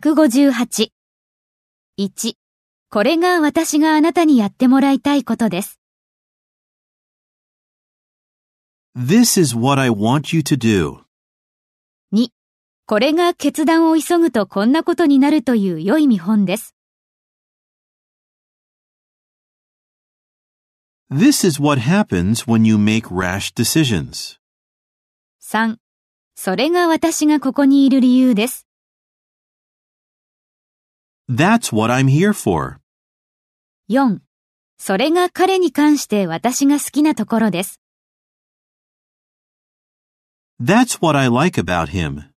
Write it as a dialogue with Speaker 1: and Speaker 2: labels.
Speaker 1: 158。1. これが私があなたにやってもらいたいことです。
Speaker 2: This is what I want you to do.
Speaker 1: これが決断を急ぐとこんなことになるという良い見本です。
Speaker 2: This is what happens when you make rash decisions.
Speaker 1: 3. それが私がここにいる理由です。
Speaker 2: That's what I'm here for.
Speaker 1: 4. それが彼に関して私が好きなところです。
Speaker 2: That's what I like about him.